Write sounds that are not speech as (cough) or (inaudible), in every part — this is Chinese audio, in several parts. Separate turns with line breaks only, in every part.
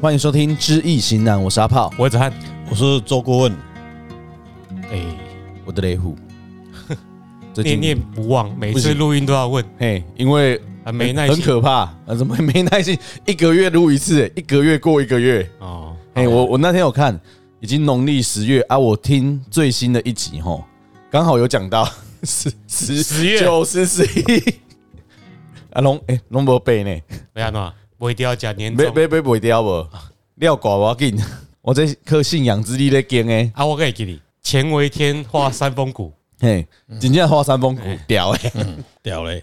欢迎收听《知易行难》，我是阿炮，
我子汉，
我是周顾问，
哎、
我的雷
(laughs)
虎。最
念
近
念不忘，每
不
次
行
录音都要问，
嘿，因为
啊，没
很
耐
很
心
可怕啊！怎么会没耐心？一个月录一次，一个月过一个月。
哦。
哎，我我那天有看，已经农历十月啊，我听最新的一集吼，刚好有讲到 (laughs) 十十
十月
九十十一啊，龙哎龙伯背呢，
不要闹，我一定要讲年
背
终
背背背掉不？料寡我紧，我这颗信仰之力在惊诶，
啊，我给你前为天画三峰谷，
嘿，
嗯
真正画三峰谷屌诶，
屌嘞！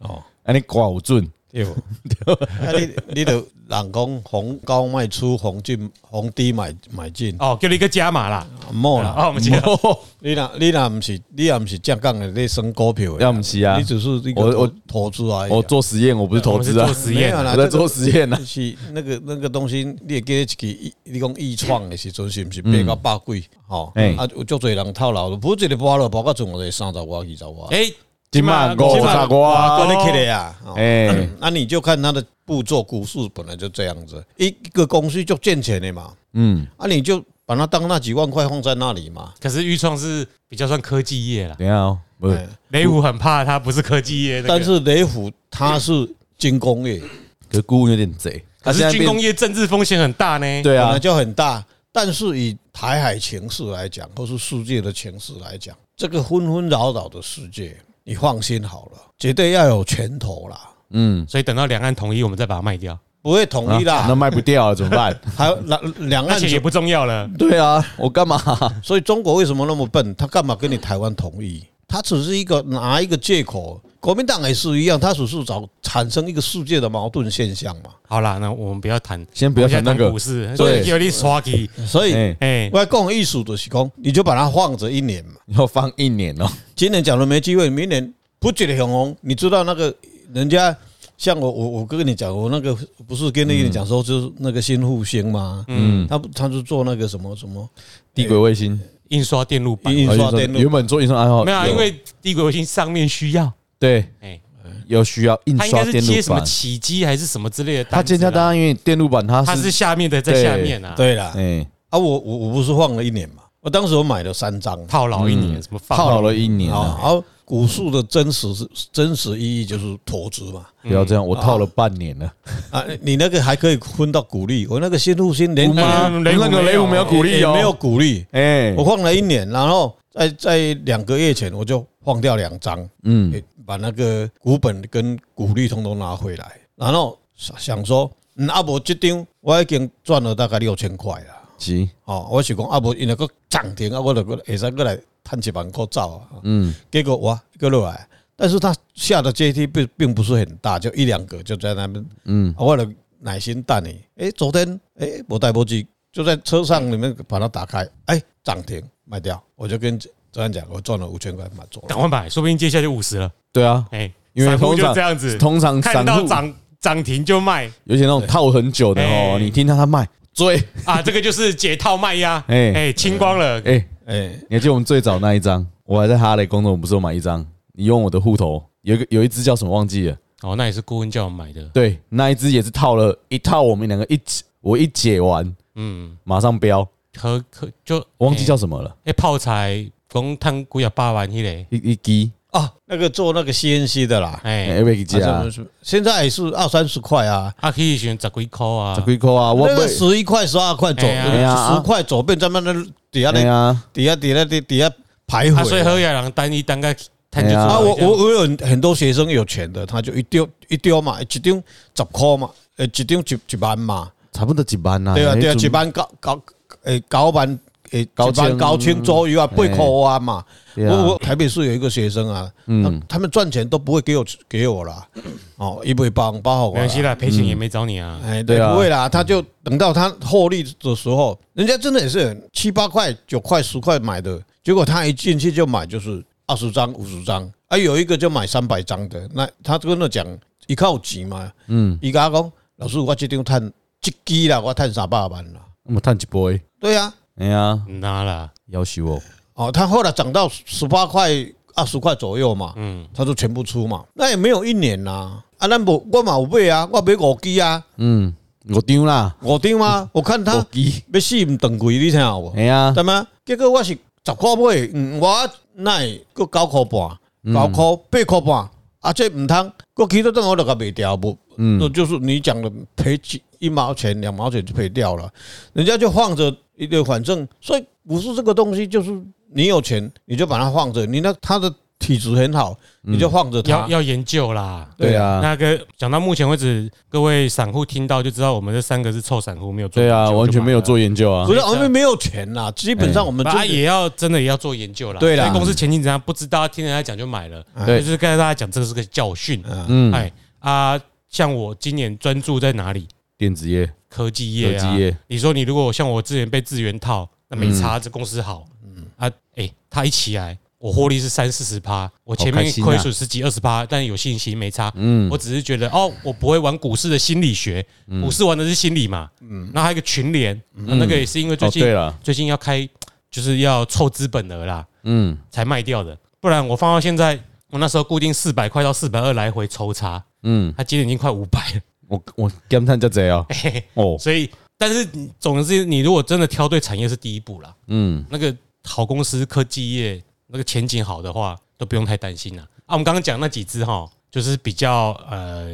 哦，
安尼啊挂有准，
对不？啊，你你都人讲红高卖出，红进红低买买进，
哦，叫你一个加码啦。
莫啦！
哦
啊，我们
嗯
记得，
(laughs) 你若你若毋是你若毋是正港的，你升股票的，
要不是啊
你只是一
我
个
我
投投资而已啊。
我哦做实验，我不是投资
哎我
啊
们是做，实验
没有啦
我在做实验啊，
是那个那个东西，你会记得一个易你讲易创的时阵是毋是八
嗯
到百几？吼，
哎
啊有足侪人套牢了，不过一个波了，包括总我得三十外、二十外，
哎，
今晚五十
啊，
我
你起来啊！哦
哎，
那你就看它的步骤，股市本来就这样子，一一个公司就见钱的嘛，
嗯，
啊，你就把它当那几万块放在那里嘛。
可是豫创是比较算科技业啦，
等一下哦，不是
哎，
雷虎很怕它不是科技业那个，
但是雷虎它是军工业，
可是顾问有点贼，
可
现
是
在
军
变
工业政治风险很大呢。
对
本
啊
来，就很大，但是以台海情势来讲，或是世界的情势来讲，这个纷纷扰扰的世界，你放心好了，绝对要有拳头啦，
嗯，
所以等到两岸统一，我们再把它卖掉，
不会统一
啊那
啦，
卖不掉了怎么办？
还有两两
那
岸
钱也不重要了。
(laughs) 对啊，我干 (laughs) 嘛？
所以中国为什么那么笨？他干嘛跟你台湾同意？他只是一个拿一个借口，国民党也是一样，他只是找产生一个世界的矛盾现象嘛。
好啦，那我们不要谈，
先不要谈那个
我们现在股市，
对
有点刷机，
所以，
哎，
哎，
外共艺术的是讲，你就把它放着一年嘛。
要放一年哦，
今年讲了没机会，明年不觉得很红。你知道那个人家像我，我我跟你讲，我那个不是跟你讲说，就是那个新复兴嘛，嗯，他不他就做那个什么什么
地轨卫星，
印刷电路板，
印刷电
啊原
路，
本做印刷爱好
没有啊，因为帝国卫星上面需要，
对
哎，
有需要印
它应
刷
该是
电路
接什么
板，
起机还是什么之类的
它
单子
接
啦。
洽单因为电路板它
它是
是
下面的在
对
下面啊，，
对啦，
哎
啊，我我我不是放了一年嘛，我当时我买了三张，
套牢一年，什么放
嗯
哦
套牢了一年
啊
啊，，
而股市的真实是真实意义就是投资嘛。
不要这
嗯
样，我套了半年了，
哦
啊，你那个还可以分到股利，我那个新复兴连
嗯啊雷虎
那个
哎没有
雷虎没有鼓励
也
哦，
没有，股利，
哎
我，放了一年，然后在在两个月前我就放掉两张，
嗯，
也把那个股本跟股利通通拿回来，然后想想说，嗯，阿伯这张我已经赚了大概六千块了。
急，
哦，我是讲啊，无因为个涨停啊，我就个会使过来趁一万块走啊。
嗯，
结果哇，个落来，但是它下的阶梯并并不是很大，就一两个就在那边。
嗯
嗯，我就耐心等你。诶，昨天诶，我带波机就在车上里面把它打开，哎，涨停卖掉，我就跟这样讲，我赚了五千块买走了。
赶快买，说不定接下来就五十了。
对啊，
哎、
因为
散户
通
就
常
这样子，
通常散
看到
户
涨涨停就卖
尤其那种套很久的哦，
哎
你听到他卖追，
啊， (laughs) 这个就是解套卖压，
哎
哎、清光了，
哎，
哎，
你还记得我们最早那一张，我还在哈雷工作，我们不是有买一张，你用我的户头有一个有一只叫什么忘记了，
哦，那也是顾问叫我买的，
对，那一只也是套了一套，我们两个一起，我一解完
嗯，
马上标，
可可就
我忘记
哎
叫什么了，
哎、泡菜讲探股要八万一嘞，
一一滴，
啊，那个做那个 CNC 的啦，
哎、
哎，未记
啊
啊
这，不是现在也是二三十块啊。
啊，可以选十几块啊
十，几块啊，我
那个
不，
十一块、十二块左
哎
呀
十块左边，咱们那底下
哎
那
呀，
底下底下底底下徘徊。
啊，所以何亚郎单一单个探就
哎
出
呀
来
啊，我
这样
我我有很多学生有钱的，他就一丢一丢嘛，一张十块嘛，呃，一张一一万嘛，
差不多几班呐，
对啊对啊，
那
一
种，
万九九诶九万诶
九
一万
千嗯
九千左右啊，八块啊嘛。
对啊嗯
我我台北市有一个学生啊，他他们赚钱都不会给我给我啦，哦，也不会帮
没
包给我
关
啦。
系啦，
嗯
赔钱也没找你啊，
哎，
对
对，
啊
不会啦，他就等到他获利的时候，人家真的也是很七八块、九块、十块买的，结果他一进去就买就是二十张、五十张，啊，有一个就买三百张的，那他跟我讲一靠几嘛，嗯，伊甲我讲，老师我这张赚一支啦，我赚三百万啦，
我探几波，
对呀、啊，
哎呀，
嗯那啦，
要死我，
哦，他后来涨到十八块、二十块左右嘛，
嗯，
他就全部出嘛，那也没有一年啦，啊，咱无我嘛有买啊，我买五支啊，
嗯，五张啦，
五张吗？我看
五
他
支，
要四唔长贵，你听有无？
哎呀，
对吗？结果我是十块买，嗯，我那个九块
嗯
半，九块八块半，啊，这唔通，我起到等我都甲卖掉不？
嗯
那就是你讲的赔几一毛钱、两毛钱就赔掉了，人家就放着一个，反正所以武术这个东西就是你有钱你就把它放着，你那它的体质很好，你
嗯
就放着它
要。要研究啦。
对啊，
那个讲到目前为止，各位散户听到就知道我们这三个是臭散户，没有做
对
研
啊，
究就
完全没有
买了
做研究啊
不，是我们没有钱啦，基本上我们
哎
他
就是
也要真的也要做研究啦。
对啦
因为公司前景怎样不知道，听人家讲就买了。
对
就是跟大家讲，这个是个教训。
嗯，
哎啊，像我今年专注在哪里？
电子业，
科技
科
业啊
技。业，嗯
你说你如果像我之前被资源套，那没差，这公司好。啊，哎，他一起来，我获利是三四十趴，我前
好开
面
心啊
亏损十几二十趴，但有信心没差。
嗯
我只是觉得哦，我不会玩股市的心理学，股市玩的是心理嘛。嗯，然后还有一个群联，那那个也是因为最
哦，
近
对了，
最近要开，就是要凑资本额啦，
嗯
才卖掉的。不然我放到现在，我那时候固定四百块到四百二来回抽查，
嗯，
它今天已经快五百了。
我我感叹这贼
(laughs)
哦，
嘿嘿
哦，
所以，但是你总之，你如果真的挑对产业是第一步啦。
嗯，
那个好公司、科技业那个前景好的话，都不用太担心了。啊，我们刚刚讲那几只哈，就是比较呃，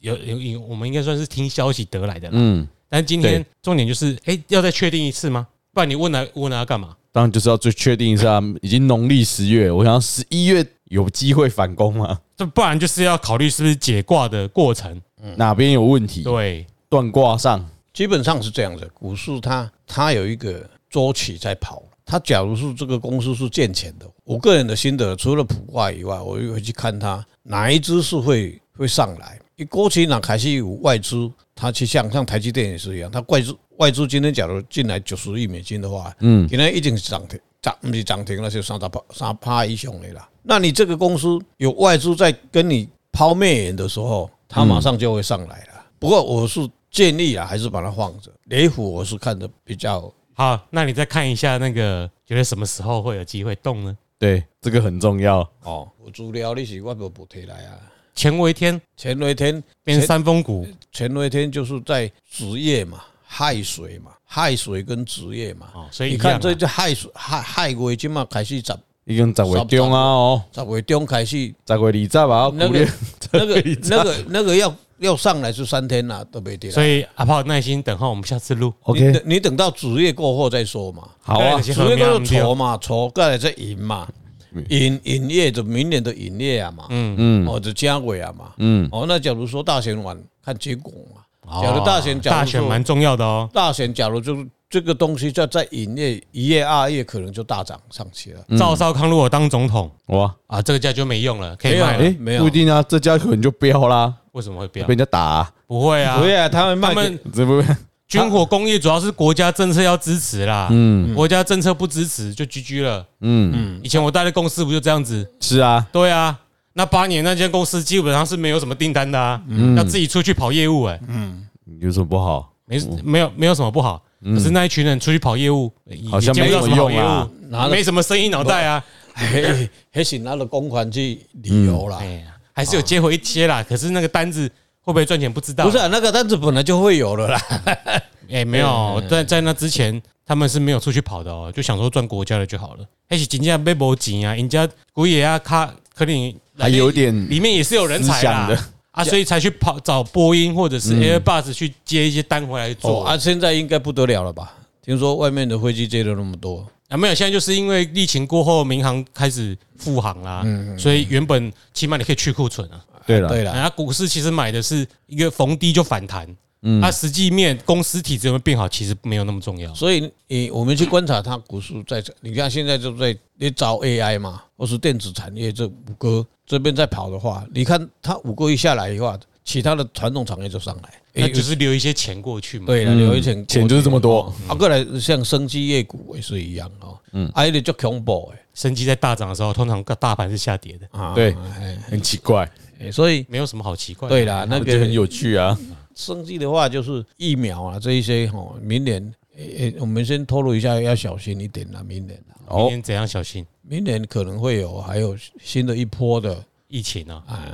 有有有，我们应该算是听消息得来的啦。
嗯，
但今天
对
重点就是，哎，要再确定一次吗？不然你问来问来要干嘛？
当然就是要最确定一下，已经农历十月，我想要十一月有机会反攻吗？
这不然就是要考虑是不是解挂的过程。
嗯
哪边有问题？
对，
断卦上，
基本上是这样子。股市它它有一个周期在跑，它假如是这个公司是健全的，我个人的心得，除了普外以外，我又会去看它哪一只是会会上来。你过去哪开始有外资，它去像像台积电也是一样，它外资外资今天假如进来九十亿美金的话，
嗯
今天一定是涨停，涨不是涨停那就三十趴三趴以上的啦。那你这个公司有外资在跟你抛媚眼的时候，它马上就会上来了。不过我是建议啊，还是把它放着。雷虎我是看的比较，
好，那你再看一下那个，觉得什么时候会有机会动呢？
对，这个很重要。
哦，我资料你是我都不提来啊。
前为天
前一天
变三峰谷，
前一天就是在子夜嘛，亥水嘛，亥水跟子夜嘛。
哦，所以
你
一样啊
看这只亥水亥亥月今嘛开始十
已经十月中啊哦，
十月中开始
十月二十啊，
那
鼓
个
励 (laughs)
(laughs)
那个那个那个要要上来是三天啦、都没跌。
所以阿炮耐心等候，我们下次录。
你
OK，
等你等到主业过后再说嘛，
好啊，
主业过后筹嘛，筹过来再赢嘛，引引业就明年的引业啊嘛，嗯嗯，哦就加尾啊嘛，嗯，哦那假如说大选完看结果嘛，假如大选假
大
如
选
说
蛮重要的哦。
大选假如就是这个东西在在引业一月二月可能就大涨上
(laughs)
去了，
赵少康如果当总统
哇，
啊，这个价就没用了，可
没
以
有
卖
哎，
了。
哎没有
不一定啊，这家可能就飙啦，
为什么会
被
变？
人家打啊，
不会啊，
啊，他们
他们
这不
军火工业主要是国家政策要支持啦，嗯，国家政策不支持就 GG 了。
嗯
以前我待的公司不就这样子？
是啊，
对啊，那八年那间公司基本上是没有什么订单的啊，要自己出去跑业务，哎，
有什么不好？
没没有没有什么不好。可是那一群人出去跑业务，也
好像
也见不到
没什么
什么
用
好
啊
业
拿
务，
了
没什么生意脑袋啊。
还还是拿了公款去旅游啦
哎。呀，还是有接回一些
哦
啦。可是那个单子会不会赚钱不知道。
不是、啊、那个单子本来就会有了啦，
哎、没
嗯
有，在在那之前他们是没有出去跑的哦，就想说赚国家的就好了。哎而且人家被没钱啊，人家古野啊，卡可能
还有点
里面也是有人才
思想
啦
的嗯
啊，所以才去跑找波音或者是 Airbus 去接一些单回来
哦
做啊
啊，现在应该不得了了吧？听说外面的飞机接了那么多，
啊，没有，现在就是因为疫情过后，民航开始复航啦，
嗯
所以原本起码你可以去库存啊。
对了，
哎对
然
了，
后股市其实买的是一个逢低就反弹，
嗯
它实际面公司体质有没有变好，其实没有那么重要。
所以你我们去观察它股市在这，你看现在就在你找 AI 嘛，或是电子产业这五个这边在跑的话，你看它五个一下来以后，其他的传统产业就上来，
那
诶
只是留一些钱过去嘛。
对了，有一点
嗯钱就是这么多，
啊，过来像生机业股也是一样哦，嗯，挨的就恐怖诶
生机在大涨的时候，通常大盘是下跌的，
啊，
对
哎，
很奇怪，
哎所以
没有什么好奇怪。
对，啦，那
我
个
觉得很有趣啊，
生计的话，就是疫苗啊这一些哈，明年诶、诶我们先透露一下，要小心一点啦。明年啦，
明
哦，
天怎样小心
明年可能会有还有新的一波的
疫情啊，
啊，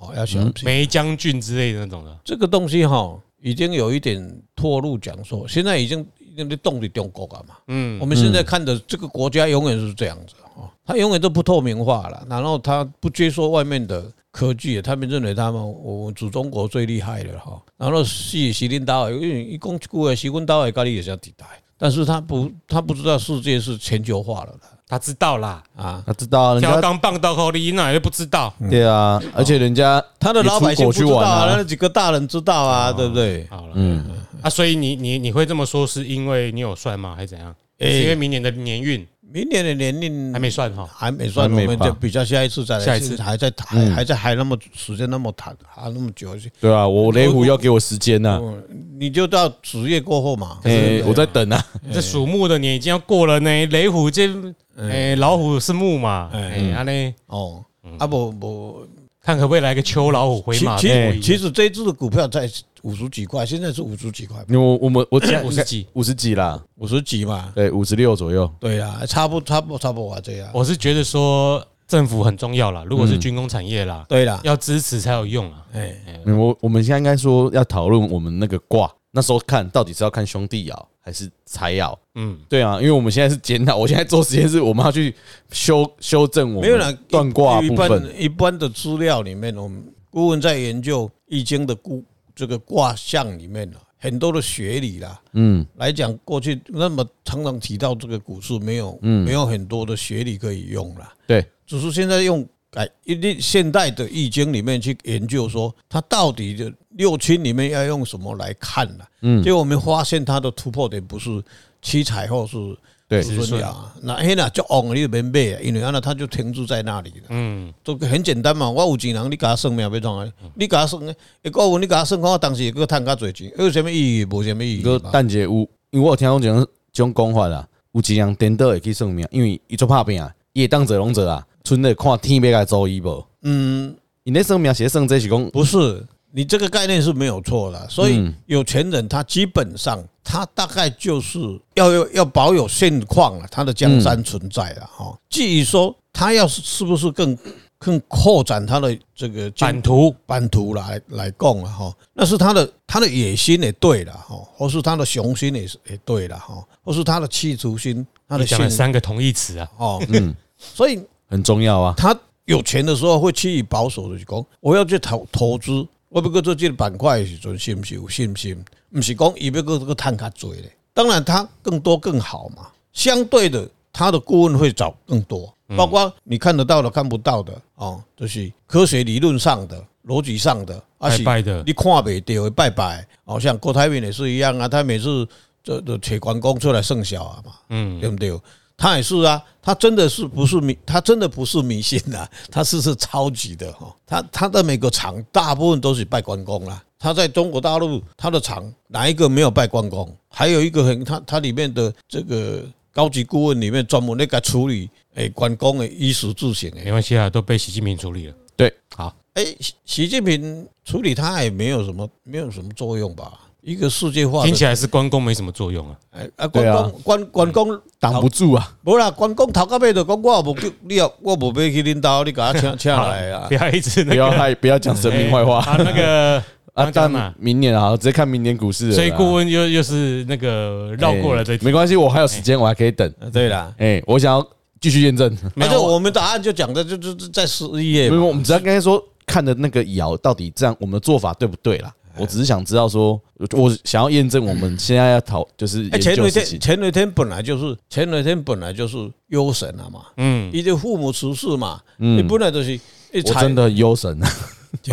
哦，要小心。
梅将军之类的那种的，
这个东西哈，已经有一点脱入讲说，现在已经已经在动的中国啊了嘛。
嗯，
我们现在看的这个国家永远是这样子哦，它永远都不透明化了，然后它不接受外面的科技，他们认为他们我们主中国最厉害了哈。然后是习近刀，因为一讲一句话，习近刀的咖喱也是要替代，但是他不他不知道世界是全球化了啦
他知道啦，
啊。
他知道啊，人
挑
家
钢棒到后你哪又不知道？
嗯
对啊，而且人家
哦他的老百姓
也
不
出
知
国去
道
玩
啊，
啊
那，几个大人知道啊，对不对？
好了，嗯啊，所以你你你会这么说，是因为你有算吗，还是怎样？是因为明年的年运
明年的年龄
还没算哈？
还没算，
还
我
没
们
吧
就比较下一次再来，
下一次
现在还在
嗯
还还在还那么时间那么长，还那么久，
对啊，我雷虎要给我时间呐，
嗯，你就到职业过后嘛。
哎，我在等啊，
这属木的年已经要过了呢，雷虎这
嗯
哎老虎是木嘛，哎安呢，
哦，啊不不，
看可不可以来个秋老虎回
其
马
其
对
其实这一只的股票在五十几块，现在是五十几块，
我我们我
哎
讲
50几
五十几啦，
五十几嘛。
对，五十六左右，
对呀，差不差不差不多啊这
哦
样。
我是觉得说政府很重要啦，如果是军工产业啦，
对啦，
要支持才有用啊。
哎，
嗯我我们现在应该说要讨论我们那个卦，那时候看到底是要看兄弟爻还是财爻？
嗯，
对啊，因为我们现在是检讨，我现在做实验是我们要去修修正我
没有啦
们，断卦
一
部分。
般一般的资料里面，我们顾问在研究《易经》的故这个卦象里面啊，很多的学理啦，
嗯，
来讲，过去那么常常提到这个股市，没有，
嗯
没有很多的学理可以用啦。
对，
只是现在用改一定现代的易经里面去研究，说它到底的六亲里面要用什么来看呢、
嗯
结果我们发现它的突破点不是七彩或是
对
子孙爻，那黑呢就往你边买啊，因为安那它就停住在那里了。
嗯，
都很简单嘛，我有钱人，你给他算命要创啊？你给他算，一个月你给他算，看我当时个赚较侪钱，有什么意义？无什么意义
个
嘛。
蛋姐有，因为我有听讲讲种讲法啦，有一人颠倒会去算命，因为伊做拍拼啊，伊会当做拢做啊，剩咧看天要来做伊无。
嗯，
因咧算命写算这是讲，
不是，你这个概念是没有错的。所以
嗯
有钱人他基本上他大概就是要要要保有现况了，他的江山存在了
嗯
哈。至于说他要是是不是更更扩展他的这个经
版图
版图来来供了哈，那是他的他的野心也对了哈，或是他的雄心也是也对了哈，或是他的企图心，他
你
的
讲了
信
三个同义词啊，
哦，
嗯，
所以
很重要啊。
他有钱的时候会趋于保守的，就讲我要去投投资，我要去做这个板块的时阵，是不是有信心？不是讲伊要个这个赚较多咧。当然，他更多更好嘛。相对的，他的顾问会找更多，包括你看得到的、看不到的哦，就是科学理论上的、逻辑上的，啊而
拜
且
拜的，
你看袂到的拜拜。哦，像郭台铭也是一样啊，他每次这这找关公出来算小啊嘛。
嗯，
对不对？他也是啊，他真的是不是迷，他真的不是迷信的、他是是超级的哈、他他的每个厂大部分都是拜关公啦、他在中国大陆他的厂哪一个没有拜关公？还有一个很他他里面的这个高级顾问里面专门那个处理诶关公的衣食住行诶。
没关系啊，都被习近平处理了。
对，
好，
诶，哎习习近平处理他也没有什么没有什么作用吧？一个世界化
听
的
起来是关公没什么作用啊。
哎啊，
对
关
啊
公关关公
挡不住啊，
无啦，关公头到尾就讲我也无叫你也我无要去恁兜，你甲我
(laughs)
请请来
(laughs)
啊
不。要一直
不
(laughs) 那
要
个
害，不要讲神明坏话
啊， (laughs) 那
(laughs)
个
啊。
刚刚嘛
但明年啊，直接看明年股市了啦。
所以顾问又又是那个绕过了这
哎
题，
没关系，我还有时间，我还可以等。
对啦，
哎，我想要继续验证。
没
反
有
正
我
我们答案就讲的就就就在十一页
因
嘛
为。我们只要刚才说看的那个爻到底这样，我们的做法对不对啦？我只是想知道说，我想要验证我们现在要讨就是
哎，
研
前
究
两
的事
天
情。
前两天本来就是前两天本来就是忧神了嘛，
嗯，
伊就父母出事嘛，你本来就是一
嗯我
查
真的很忧神啊，
结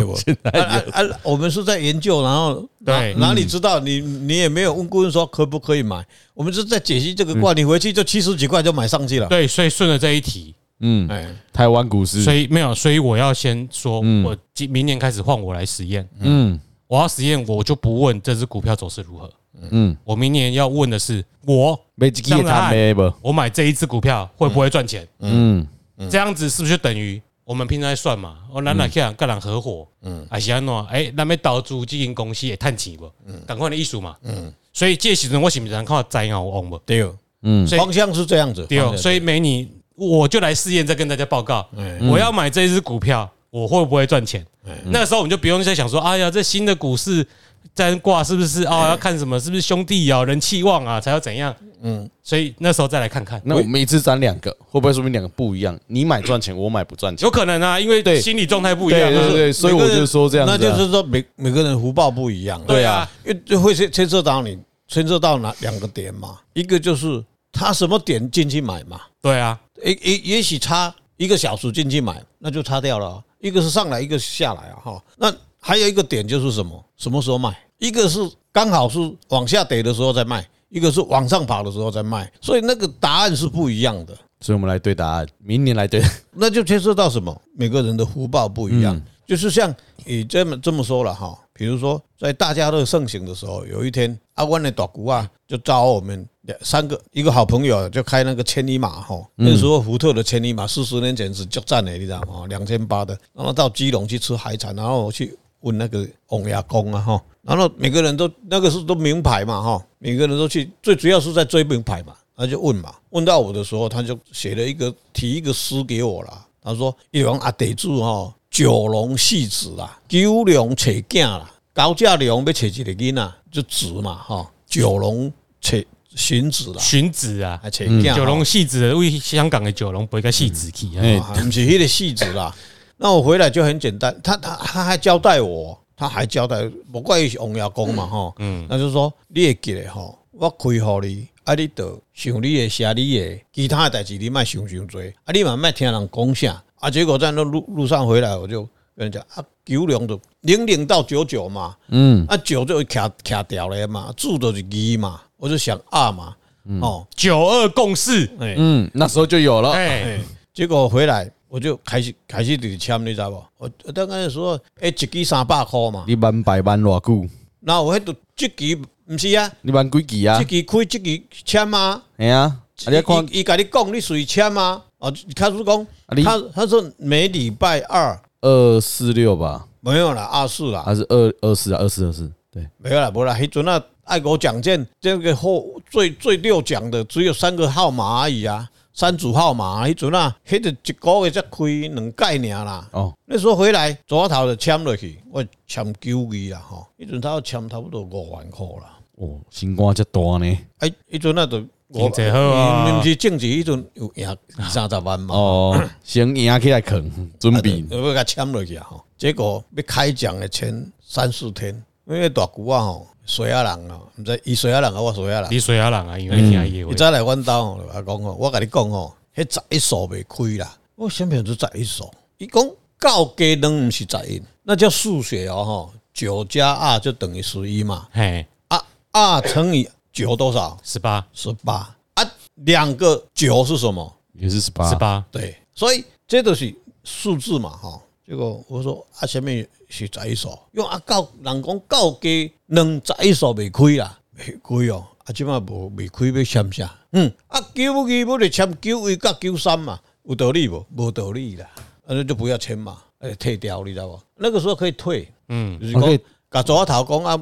(laughs)
果啊啊啊！我们是在研究，然后
嗯
对
哪哪里知道你你也没有问顾问说可不可以买，我们是在解析这个卦，你回去就七十几块就买上去了。
对，所以顺着这一题，
嗯，
哎，
台湾股市
所，以没有，所以我要先说，我今明年开始换我来实验，
嗯
我要实验，我就不问这只股票走势如何，
嗯，
我明年要问的是，我
没几个他没不，
我买这一只股票会不会赚钱？
嗯，
这样子是不是就等于我们平常在算嘛？哦，咱俩去人跟人合伙，嗯，还是安怎？哎，咱们投资基金公司也趁钱无？嗯，赶快的艺术嘛，嗯，所以这时阵我是不是能看灾难有旺无？
对，哦
嗯
所以
方向是这样子。
对
方
哦，
向
所以没你，我就来试验，再跟大家报告，
哎
我要啊买这一只股票，我会不会赚钱？那个时候我们就不用再想说，哎呀，这新的股市占卦是不是哦？要看什么？是不是兄弟啊？人气旺啊，才要怎样？嗯，所以那时候再来看看，
那我们一次攒两个，会不会说明两个不一样？你买赚钱，我买不赚钱
有。可能啊，因为
对
心理状态不一样
对对
啊。
对，所以我就说这样子啊，
那就是说每每个人福报不一样，
对
啊
啊，
因为就会牵牵涉到你牵涉到哪两个点嘛，一个就是他什么点进去买嘛，
对啊，
也也也许差一个小时进去买，那就差掉了啊。一个是上来，一个是下来啊，哈。那还有一个点就是什么？什么时候卖？一个是刚好是往下跌的时候再卖，一个是往上爬的时候再卖，所以那个答案是不一样的。
所以我们来对答案，明年来对。
那就牵涉到什么？每个人的福报不一样，就是像你这么这么说了哈。比如说，在大家都盛行的时候，有一天阿湾的大姑啊，就找我们两三个一个好朋友，啊就开那个千里马哈。那时候福特的千里马，四十年前是就站的，你知道吗？两千八的，然后到基隆去吃海产，然后我去问那个王亚公啊哈，然后每个人都那个是都名牌嘛哈，每个人都去，最主要是在追名牌嘛。他就问嘛，问到我的时候，他就写了一个提一个诗给我啦。他说：“一龙阿哦地主吼，九龙戏子啦，九龙找囝啦，高价龙要找一个囡仔，就子嘛吼，九龙找寻子啦，
荀子啊，
还找囝。
九龙戏子为香港的九龙不一个戏子去啊。
哎
啊，不是那个戏子啦。 (laughs) 那我回来就很简单，他他他还交代我，他还交代，不怪是王爷公嘛吼，嗯，那就是说你会记得吼，我开互你，啊你就想你的写你的，其他的代志你莫想想多，啊你嘛莫听人讲啥，啊结果在那路路上回来我就跟人讲啊九龙就零零到九九嘛，
(laughs) 嗯，
啊九就卡卡掉了嘛，住就是二嘛，我就想二嘛，哦，
九二共识，
哎、
嗯，那时候就有了。
哎，
结果回来我就开始开始伫签，你知无？我我大概说，哎，一支三百箍嘛。
你万百万偌久？
然后我迄度一支毋是啊，
你万几期啊
一？支开一支签啊。
哎呀，啊你要看啊
伊伊甲你讲，你随签啊。哦，他是讲
你，
他他说每礼拜二
二四六吧，
没有啦，二四啦，
还是二二四啊？二四二四，对，
没有啦，无啦。迄阵啊，爱国奖券这个后最最六奖的只有三个号码而已啊，三组号码啊。迄阵啊，迄个一个月才开两届尔啦。
哦，
那时候回来，左头就签落去，我签九亿啦吼，迄阵头签差不多五万块啦。
哦，心肝遮大呢。
哎，迄阵那就我
经济好啊
毋是政治，迄阵有赢二三十万嘛，
哦， (coughs) 先赢起来啃，准备
就要甲签落去啊吼。结果要开奖的前三四天，因为大舅啊吼，水啊人啊，毋知伊水啊人啊，我水啊人。
你水啊人啊，因为听他业
伊
务，
早来阮兜吼，阿讲吼，我甲你讲吼，迄十一所袂开啦，我啥物事十一所？伊讲到鸡卵毋是十一，那叫数学哦吼，九加二就等于十一嘛，
嘿，
啊二乘以九多少？
十八，
十八啊，两个九是什么？
也是十八，
十八，
对，所以这都是数字嘛吼。结果我说啊，啥物是十一所？因为啊到人讲到鸡卵十一所袂开啦，袂开哦。啊，即摆无袂开要签啥？嗯，啊九二要就签九一甲九三嘛，有道理无？无道理啦，啊那就不要签嘛，哎退掉，你知道不？那个时候可以退，
嗯，
就是
啊可
讲
以
甲左头讲啊，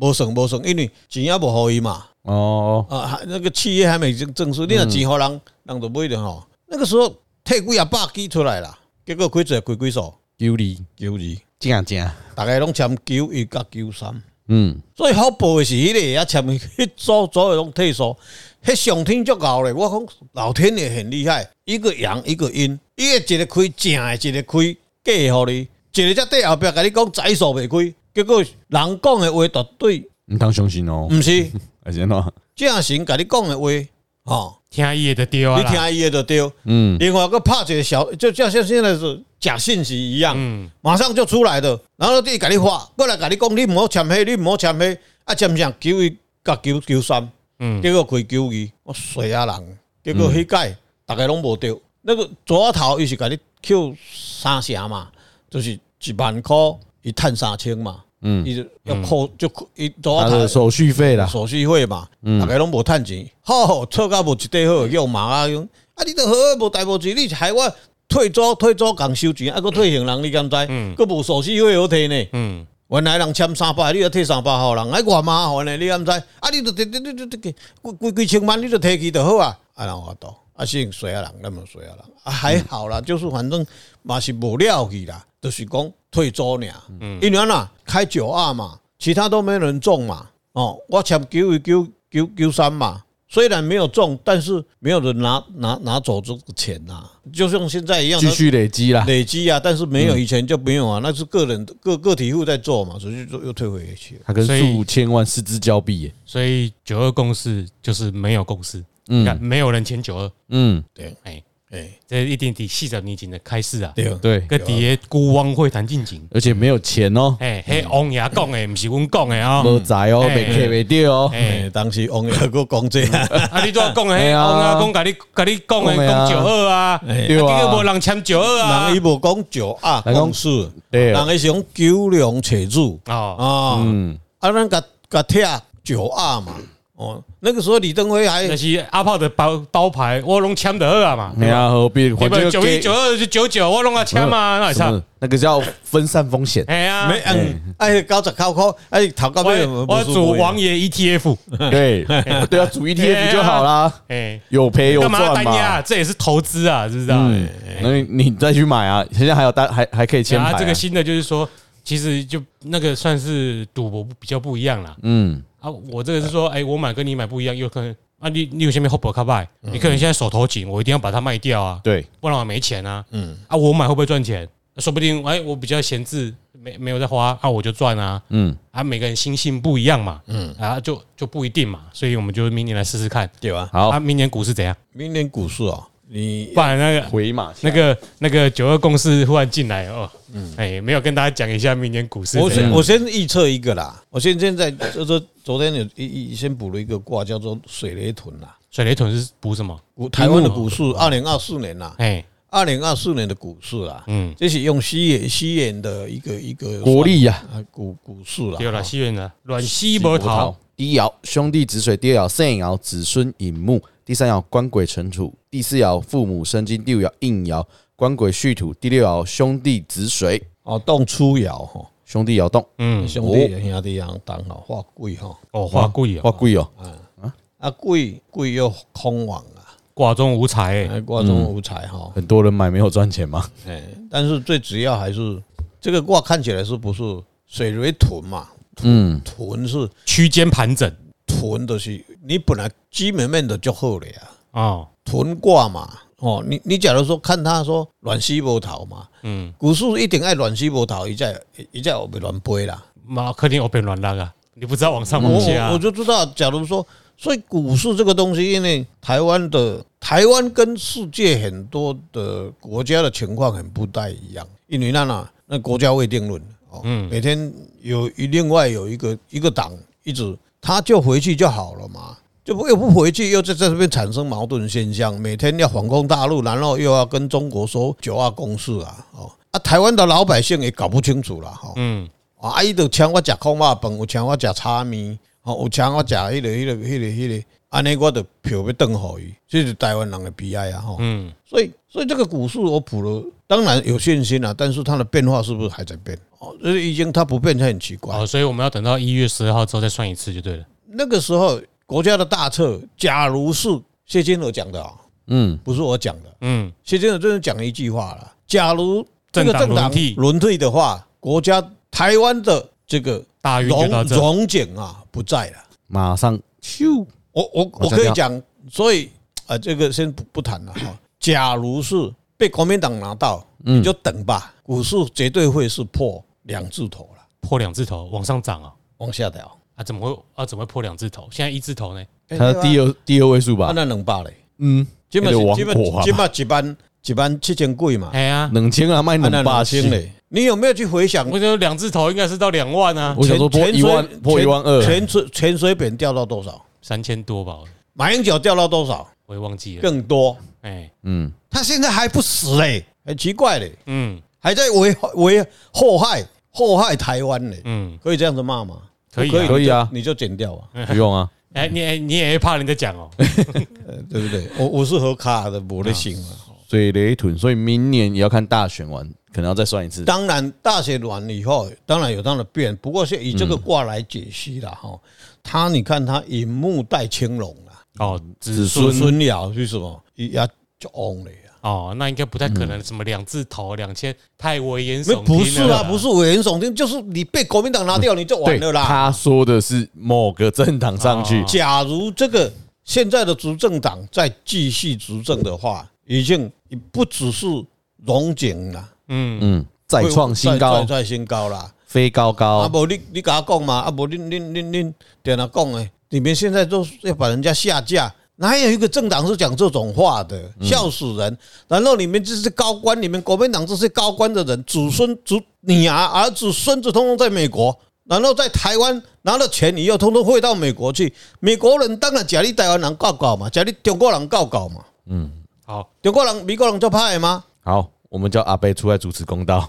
无算无算，因为钱也无互伊嘛。
哦，
啊，还那个企业还没证证书，你若钱互人，人就买了吼。那个时候退几啊百支出来啦，结果开者开几数
九二
九二，
正正，
大概拢签九一甲九三。
嗯，
所以福报的是迄个啊，签迄组所有拢退数，迄上天足够咧。我讲老天爷很厉害，一个阳一个阴，伊个一个开正的，一个开假的，互你一个才对后壁甲你讲宰数袂开，结果人讲的话绝对
毋通相信
嗯
哦，
毋是
还是安怎？
正神甲你讲的话，吼、
听他业的丢啊
你
啦，
听伊的就对。
嗯，
另外个拍一个小，就就像现在是假信息一样，
嗯，
马上就出来的，然后你给你发过来，给你讲，你唔好签迄，你唔好签迄，啊签上九一甲九九三，
嗯
结果开九二，我衰啊人，结果迄届大家拢无对，那个左头伊是给你扣三成嘛，就是一万箍，伊趁三千嘛，嗯，伊就要扣就伊左
他
头
的手续费啦，
手续费嘛，大家拢无趁钱，好错到无一块好，叫骂啊！啊，你都好无代无志，你害我退租退租共收钱，啊，搁退行人，你敢知？搁无手续费好退呢？
嗯，
原来人签三百，你要退三百互人，哎，偌麻烦呢，你敢知？啊，你都摕摕摕摕摕几几千万，你都摕去就好啊！啊，人我度啊，姓谁啊人，那么谁啊人，啊还好
嗯
啦，就是反正
嗯
嘛是无了去啦，就是讲退租尔，因为呐开九二嘛，其他都没人中嘛。哦，我抢九一九九九三嘛，虽然没有中，但是没有人拿拿拿走这个钱呐、就像现在一样，
继续累积
(laughs)
啦。
累积啊，但是没有以前就没有啊，那是个人个个体户在做嘛，所以就又退回去了。
他跟
所以
数千万失之交臂耶。
所以九二共识就是没有共识，你看
嗯
没有人签九二，
嗯，
哎，
哎，
这一定得四十年前的开始啊，
对，
对，
个底下孤汪会谈进行，
而且没有钱哦，
哎，嘿，王爷讲的，不是阮讲的啊，
没财哦，
哎
没客没掉哦。
哎
哎，，当时王爷还讲这样，
啊，你都要讲
(laughs)
的，
哎
嘿
呀
王阿公甲你甲你讲的
讲的啊
讲九二啊，
哎
你
对
个无
啊，
人签九二啊
(laughs) 人伊，无讲九啊
人讲
公司，
对
人
啊，
伊是讲九龙扯住
哦，
啊，
嗯，
啊，咱甲甲拆九啊嘛，哦，那个时候李登辉还
那是阿炮的包包牌，我拢签得二啊嘛，
哎呀，何必
对
反正
不对？
就
九一
给嗯
九二就九九，我拢啊签嘛，那也
什
差
么，那个叫分散风险。
哎呀
啊
没，嗯，哎，九十九块，哎，头到尾
我我主
啊
王爷 E ETF，
对，对啊，主 ETF 就好啦，
哎，
有赔有
干嘛要
赚
单
嘛
押？。这也是投资啊，是不是啊？
嗯，那你你再去买啊，现在还有单还还可以签
然
牌
后
啊。
这个新的就是说，其实就那个算是赌博比较不一样啦。
嗯，
啊，我这个是说，哎，我买跟你买不一样，有可能啊，你你有些没 hope 卡拜，你可能现在手头紧，我一定要把它卖掉啊，
嗯对，
不然我没钱啊。嗯，啊，我买会不会赚钱？说不定哎，我比较闲置，没没有在花，啊，我就赚啊。
嗯，
啊，每个人心性不一样嘛，嗯，啊，就就不一定嘛，所以我们就明年来试试看。
对吧？
好
啊，，明年股市怎样？
明年股市啊，你
不然那个
回马
那个那个九二共识忽然进来哦，嗯，哎，没有跟大家讲一下明年股市
我
怎
先
样。
我先预测一个啦，我现现在这这昨天有一一先补了一个卦，叫做水雷屯啦。
水雷屯是补什么？
股台湾的股
哦
市，二零二四年啦，
哎，
二零二四年的股市啦，
嗯，
这是用西元西元的一个一个
国力呀，
啊股股市啦。
对了，西元的阮西
西伯
波桃
桃，第一爻兄弟子水，第二爻圣爻子孙引木，第三爻官鬼成土，第四爻父母生金，第五爻应爻官鬼戌土，第六爻兄弟子水，
哦，当初爻哈，
兄弟爻动，
嗯，
兄弟兄弟样当哦，化贵哈，
哦，画贵
哇
哦，
贵哦，
啊贵贵又空亡啊，
卦中无财哎，
哎卦中无财哈，
嗯
很多人买没有赚钱吗？
哎，但是最主要还是这个卦看起来是不是水为屯嘛？
嗯，
屯是
区间盘整
屯的是你本来基本面的就好了呀，
哦，
屯卦嘛。哦，你你假如说看他说卵西波头嘛，
嗯，
股市一定爱卵西波头，一再一再被乱飞啦。
马克定欧被乱拉啊，你不知道往上
我
往下
我我
啊，
就知道，假如说，所以股市这个东西，因为台湾的台湾跟世界很多的国家的情况很不太一样，因为那那那国家未定论哦，每天有一另外有一个一个党一直他就回去就好了嘛。就不又不回去，又在在这边产生矛盾现象，每天要反攻大陆，然后又要跟中国说九二共识啊，哦啊，台湾的老百姓也搞不清楚了哈。哦
嗯，
啊，啊伊就请我食烤肉饭，有请我食炒面，吼，有请我食迄个、迄个、迄个、迄个，安尼我就票要转互伊，这是台湾人的悲哀啊！吼，
嗯，
所以，所以这个股市我补了，当然有信心啊，但是它的变化是不是还在变？哦，就是已经它不变，它很奇怪
哦，。所以我们要等到一月十二号之后再算一次就对了。
那个时候国家的大策，假如是谢金河讲的啊，
嗯，
不是我讲的，
嗯，
谢金河真的讲了一句话了：假如这个
政党
政党
轮替
轮替的话，国家台湾的这个
大运就到
荣
这，
荣景啊不在了。
马上咻，
我我我
我
可以
知道
讲，所以啊、呃这个先不不谈了哈。假如是被国民党拿到，你
嗯
就等吧，股市绝对会是破两字头了，
破两字头往上涨啊，
往下掉。
啊，怎么会啊？怎么会破两字头？现在一字头呢？
哎
它的第
二
二第二位数
啊，
吧，
那能罢嘞？
嗯，
今麦
那就
今
亡国
麦
啊
今麦一班一班七千贵嘛，
哎呀，
冷清啊，卖
啊那
冷八
两
千
千嘞。你有没有去回想
我觉得两字头应该是到两万啊，
我想说破
全
一万
全
破一万二，啊
全水全水扁掉到多少？
三千多吧，
马英九掉到多少？
我也忘记了。
更多。
哎，
嗯，
他现在还不死嘞，很奇怪嘞，
嗯
还在为为祸害祸害台湾嘞。
嗯，
可以这样子骂吗？
可以啊
不
可以啊
你就你就剪掉啊，
不用啊，
哎，你哎你也会怕人家讲哦，
呃对不对？我我是和卡的，我的心啊。
水雷屯，所以明年也要看大选完，可能要再算一次。
当然，大选完以后，当然有它的变，不过是以这个卦来解析了哈。他你看他以木带青龙啊，
哦，子
子
孙
孙
孙孙爻是什么？也就旺了呀。
哦哦，那应该不太可能，什么两字头两千，太危言
没
耸听了。
不是啦，不是，啊危言耸听，就是你被国民党拿掉你就完
嗯对，
了啦。
他说的是某个政党上去
哦，
假如这个现在的执政党再继续执政的话，已经不只是荣景了，
嗯，
嗯，再创新
再
高，
再新高啦。
飞高
啊，
高，
无你你甲我讲嘛，啊，无恁恁恁恁点啊讲诶，你们现在都要把人家下架，哪有一个政党是讲这种话的？笑死人！然后你们这些高官，你们国民党这些高官的人，子孙子女啊、儿子、孙子，通通在美国。然后在台湾拿了钱以后，通通汇到美国去。美国人当然假你台湾人告告嘛，假你中国人告告嘛，
好，
中国人美国人就怕的吗？
好，我们叫阿贝出来主持公道。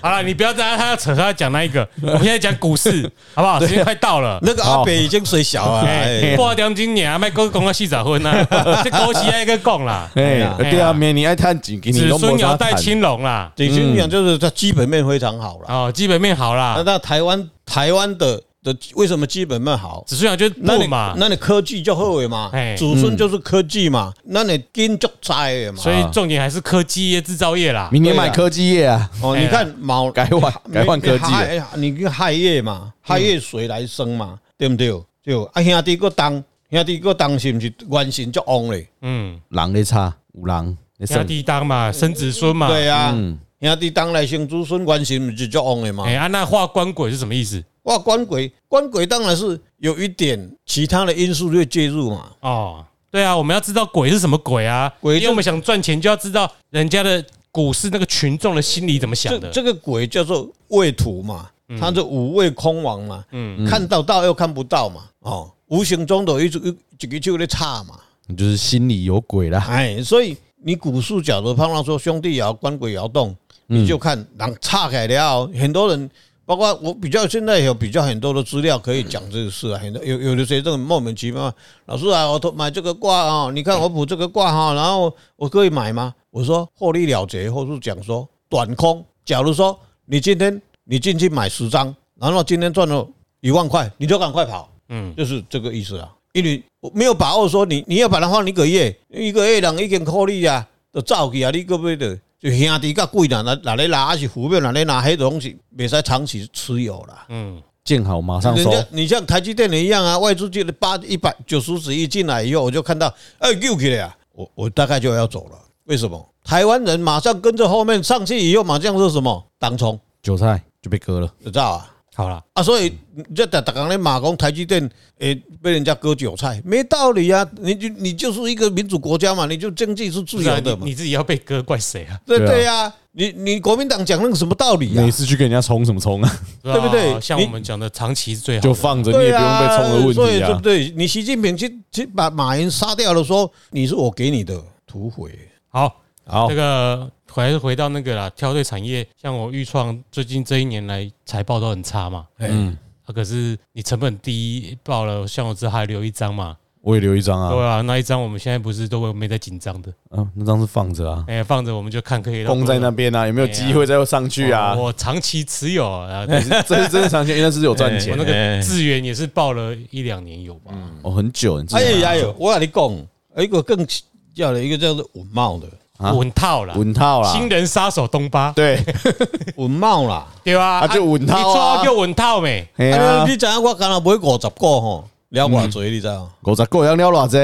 好了，你不要再他扯他讲那一个，我们现在讲股市，好不好？时间快到了。
那个阿北已经水
(laughs)
小了，
哎，
哎，
半点钟尔，卖哥讲到四十分啊，这股市爱个讲啦，
哎
呀，
对啊，明你爱探景，给你
子
都
孙
没啥
要带
谈。
青龙啦，
李军讲就是他基本面非常好了。
哦，基本面好
那
啦，
那台湾台湾的的为什么基本面好？
子孙要就是
那
不
你
嘛，哎
那你科技就后尾嘛
嘿，
祖孙就是科技嘛，那你金就栽的嘛。
所以重点还是科技业、制造业啦。
明年买科技业啊，
哦，
哎呀
你看毛
改换改换科技啊嗯了
哎呀，你跟亥业嘛，亥业谁来生嘛？对不对？对，啊兄弟个当兄弟个当是不是原神就旺嘞？
嗯，
狼的差，五狼的
压
胜。
低当嘛，生子孙嘛。
对啊，
嗯，
兄弟当来生子孙原神不是就旺的嘛
哎，？啊，那画官鬼是什么意思？
哇，官鬼官鬼当然是有一点其他的因素会介入嘛。
哦，对啊，我们要知道鬼是什么鬼啊？
鬼
因
就
为我们想赚钱，就要知道人家的股市那个群众的心理怎么想
这
的。嗯
这个鬼叫做畏途嘛，它是五味空亡嘛，看到到又看不到嘛，哦，无形中的一种一一个就在差嘛，
你就是心里有鬼啦。
哎，所以你股市假如碰到说兄弟摇官鬼摇动，你就看人岔开了，很多人。包括我比较现在有比较很多的资料可以讲这个事啊，很多有有的学生莫名其妙，老师啊，我都买这个卦啊，你看我补这个卦哈、然后我我可以买吗？我说获利了结，或是讲说短空。假如说你今天你进去买十张，然后今天赚了一万块，你就赶快跑，
嗯，
就是这个意思啊。因为我没有把握说你你要把它放一个月，一个月人已经获利啊，都走去啊，你个要的就兄弟较贵啦，哪啊哪里拿还是股票哪里拿，迄东西袂使长期持有啦。
嗯，
见好马上
人
收，
家你像台积电的一样啊，外资进了八一百九十十亿进来以后，我就看到哎又起来啊，我我大概就要走了。为什么？台湾人马上跟着后面上去以后，马上是什么？当冲，
韭菜就被割了。
知道啊？
好啦，
啊，所以这大大刚咧马工台积电诶被人家割韭菜，没道理啊！你就你就是一个民主国家嘛，你就经济是自由
不
的
然
嘛
你，你自己要被割，怪谁啊？
对
啊对啊
对啊，你你国民党讲那个什么道理啊
每？次去跟人家冲什么冲啊？
对
不对
啊像
你
我们讲的长期是最
(laughs)
好的，
就放着，你也
对
不用被
啊，
冲的问
所以
题
对不
啊。
对？你习近平去去把马云杀掉了，说你是我给你的土匪，
好。
好
这，个还是回到那个啦，挑对产业，像我预创最近这一年来财报都很差嘛，
嗯，
啊，可是你成本低报了，像我这还留一张嘛，
我也留一张啊。
对啊，那一张我们现在不是都没在紧张的，
啊，那张是放着啊，
哎，放着我们就看可以
供在那边啊，有没有机会再上去啊？
哎我哦长期持有啊，
这 (laughs) 是这是真的长线，因为那是有赚
我
钱
那
哎
个资源也是报了一两年有吧，
哦，很久，你知道
哎
吗
呀呦！我跟你讲，一个更叫了一个叫做文茂的 (laughs)
啊
稳套啦，
稳套啦，
新人杀手东巴， (laughs)
对，
文茂啦，
对吧？
啊就稳套啊
你做叫稳套没？
哎
啊
呀
你，你知影我刚才买五十个吼，了偌济你知道？
五十个人了偌济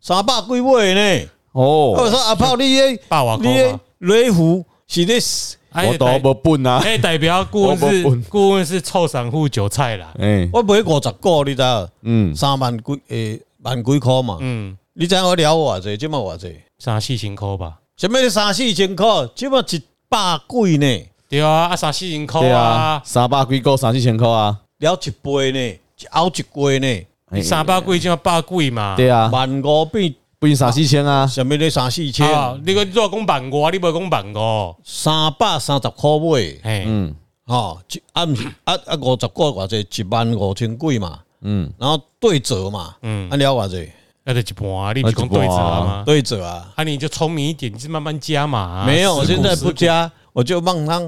三百几买呢？我
哦，
说阿炮，你的
霸王
你
沟
的
吗？
雷虎是咧
啊哎
我都无本啊，
哎，代表顾
我
问
不
是顾问是臭散户韭菜啦。
哎，
我买五十个，你知道？
嗯，
三万几诶，万几箍嘛？
嗯，
你知我了偌济，即么偌济？
三四千块吧。
什么三四千箍，即么一百几呢？
对啊，啊三四千块
对啊
啊，，
三百几个三四千块啊，
了一杯呢，一熬一杯呢，
哎
三百贵就要百贵嘛。
对啊，
万五变
不行三四千
(laughs)
啊，
什么咧三四千，
啊，你个你若讲万五，你无讲万五，
三百三十箍买，
嘿，
嗯
吼，一啊毋是啊啊五十个偌济，一万五千几嘛，
嗯，
然后对折嘛，
嗯
嗯，啊了偌济，
那就一半啊，你不是讲对折了吗？
对折啊。
啊，你就聪明一点，你就慢慢加嘛。啊
没有，我
十
现
股
在
十
不
股
加，我就让它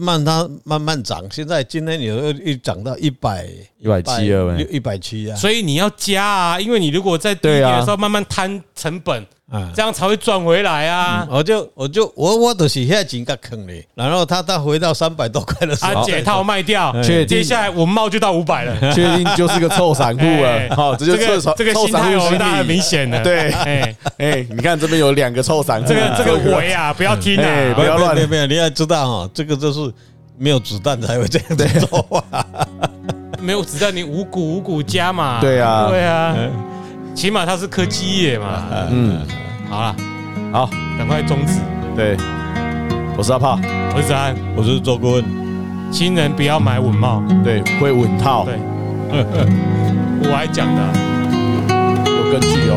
让它慢慢涨。现在今天有一涨到一百
一百七了呗，
一百七啊，
所以你要加啊，因为你如果在低
对
点
啊嗯
的时候慢慢摊成本，
啊，
这样才会赚回来啊。
我就我就我我都是现在钱给坑嘞，然后他他回到三百多块的时
啊，
候，
解套卖掉，
哎确定
接下来文茂就到五
(laughs)
百了。
确定就是个臭散户
哎
了。好，这就是
这
臭
个
散
这个
臭
心
散
态
户
我
心
们大家很明
理。
显的。
对
哎，
哎，你看这边有两个臭散户，(laughs)
这个这个围啊，不要听
哎不
啊。
要乱
没有没有，你要知道哈，这个就是没有子弹才会这样子做啊。
没有子弹，你五股五股加嘛。
对啊
对啊，起码它是科技业嘛。
嗯，
好了，
好，
赶快终止。
对，我是阿炮，
我是子安，
我是周顾问，
新人不要买稳茂。
对，会稳套，
对，我还讲的啊、
有根据哦。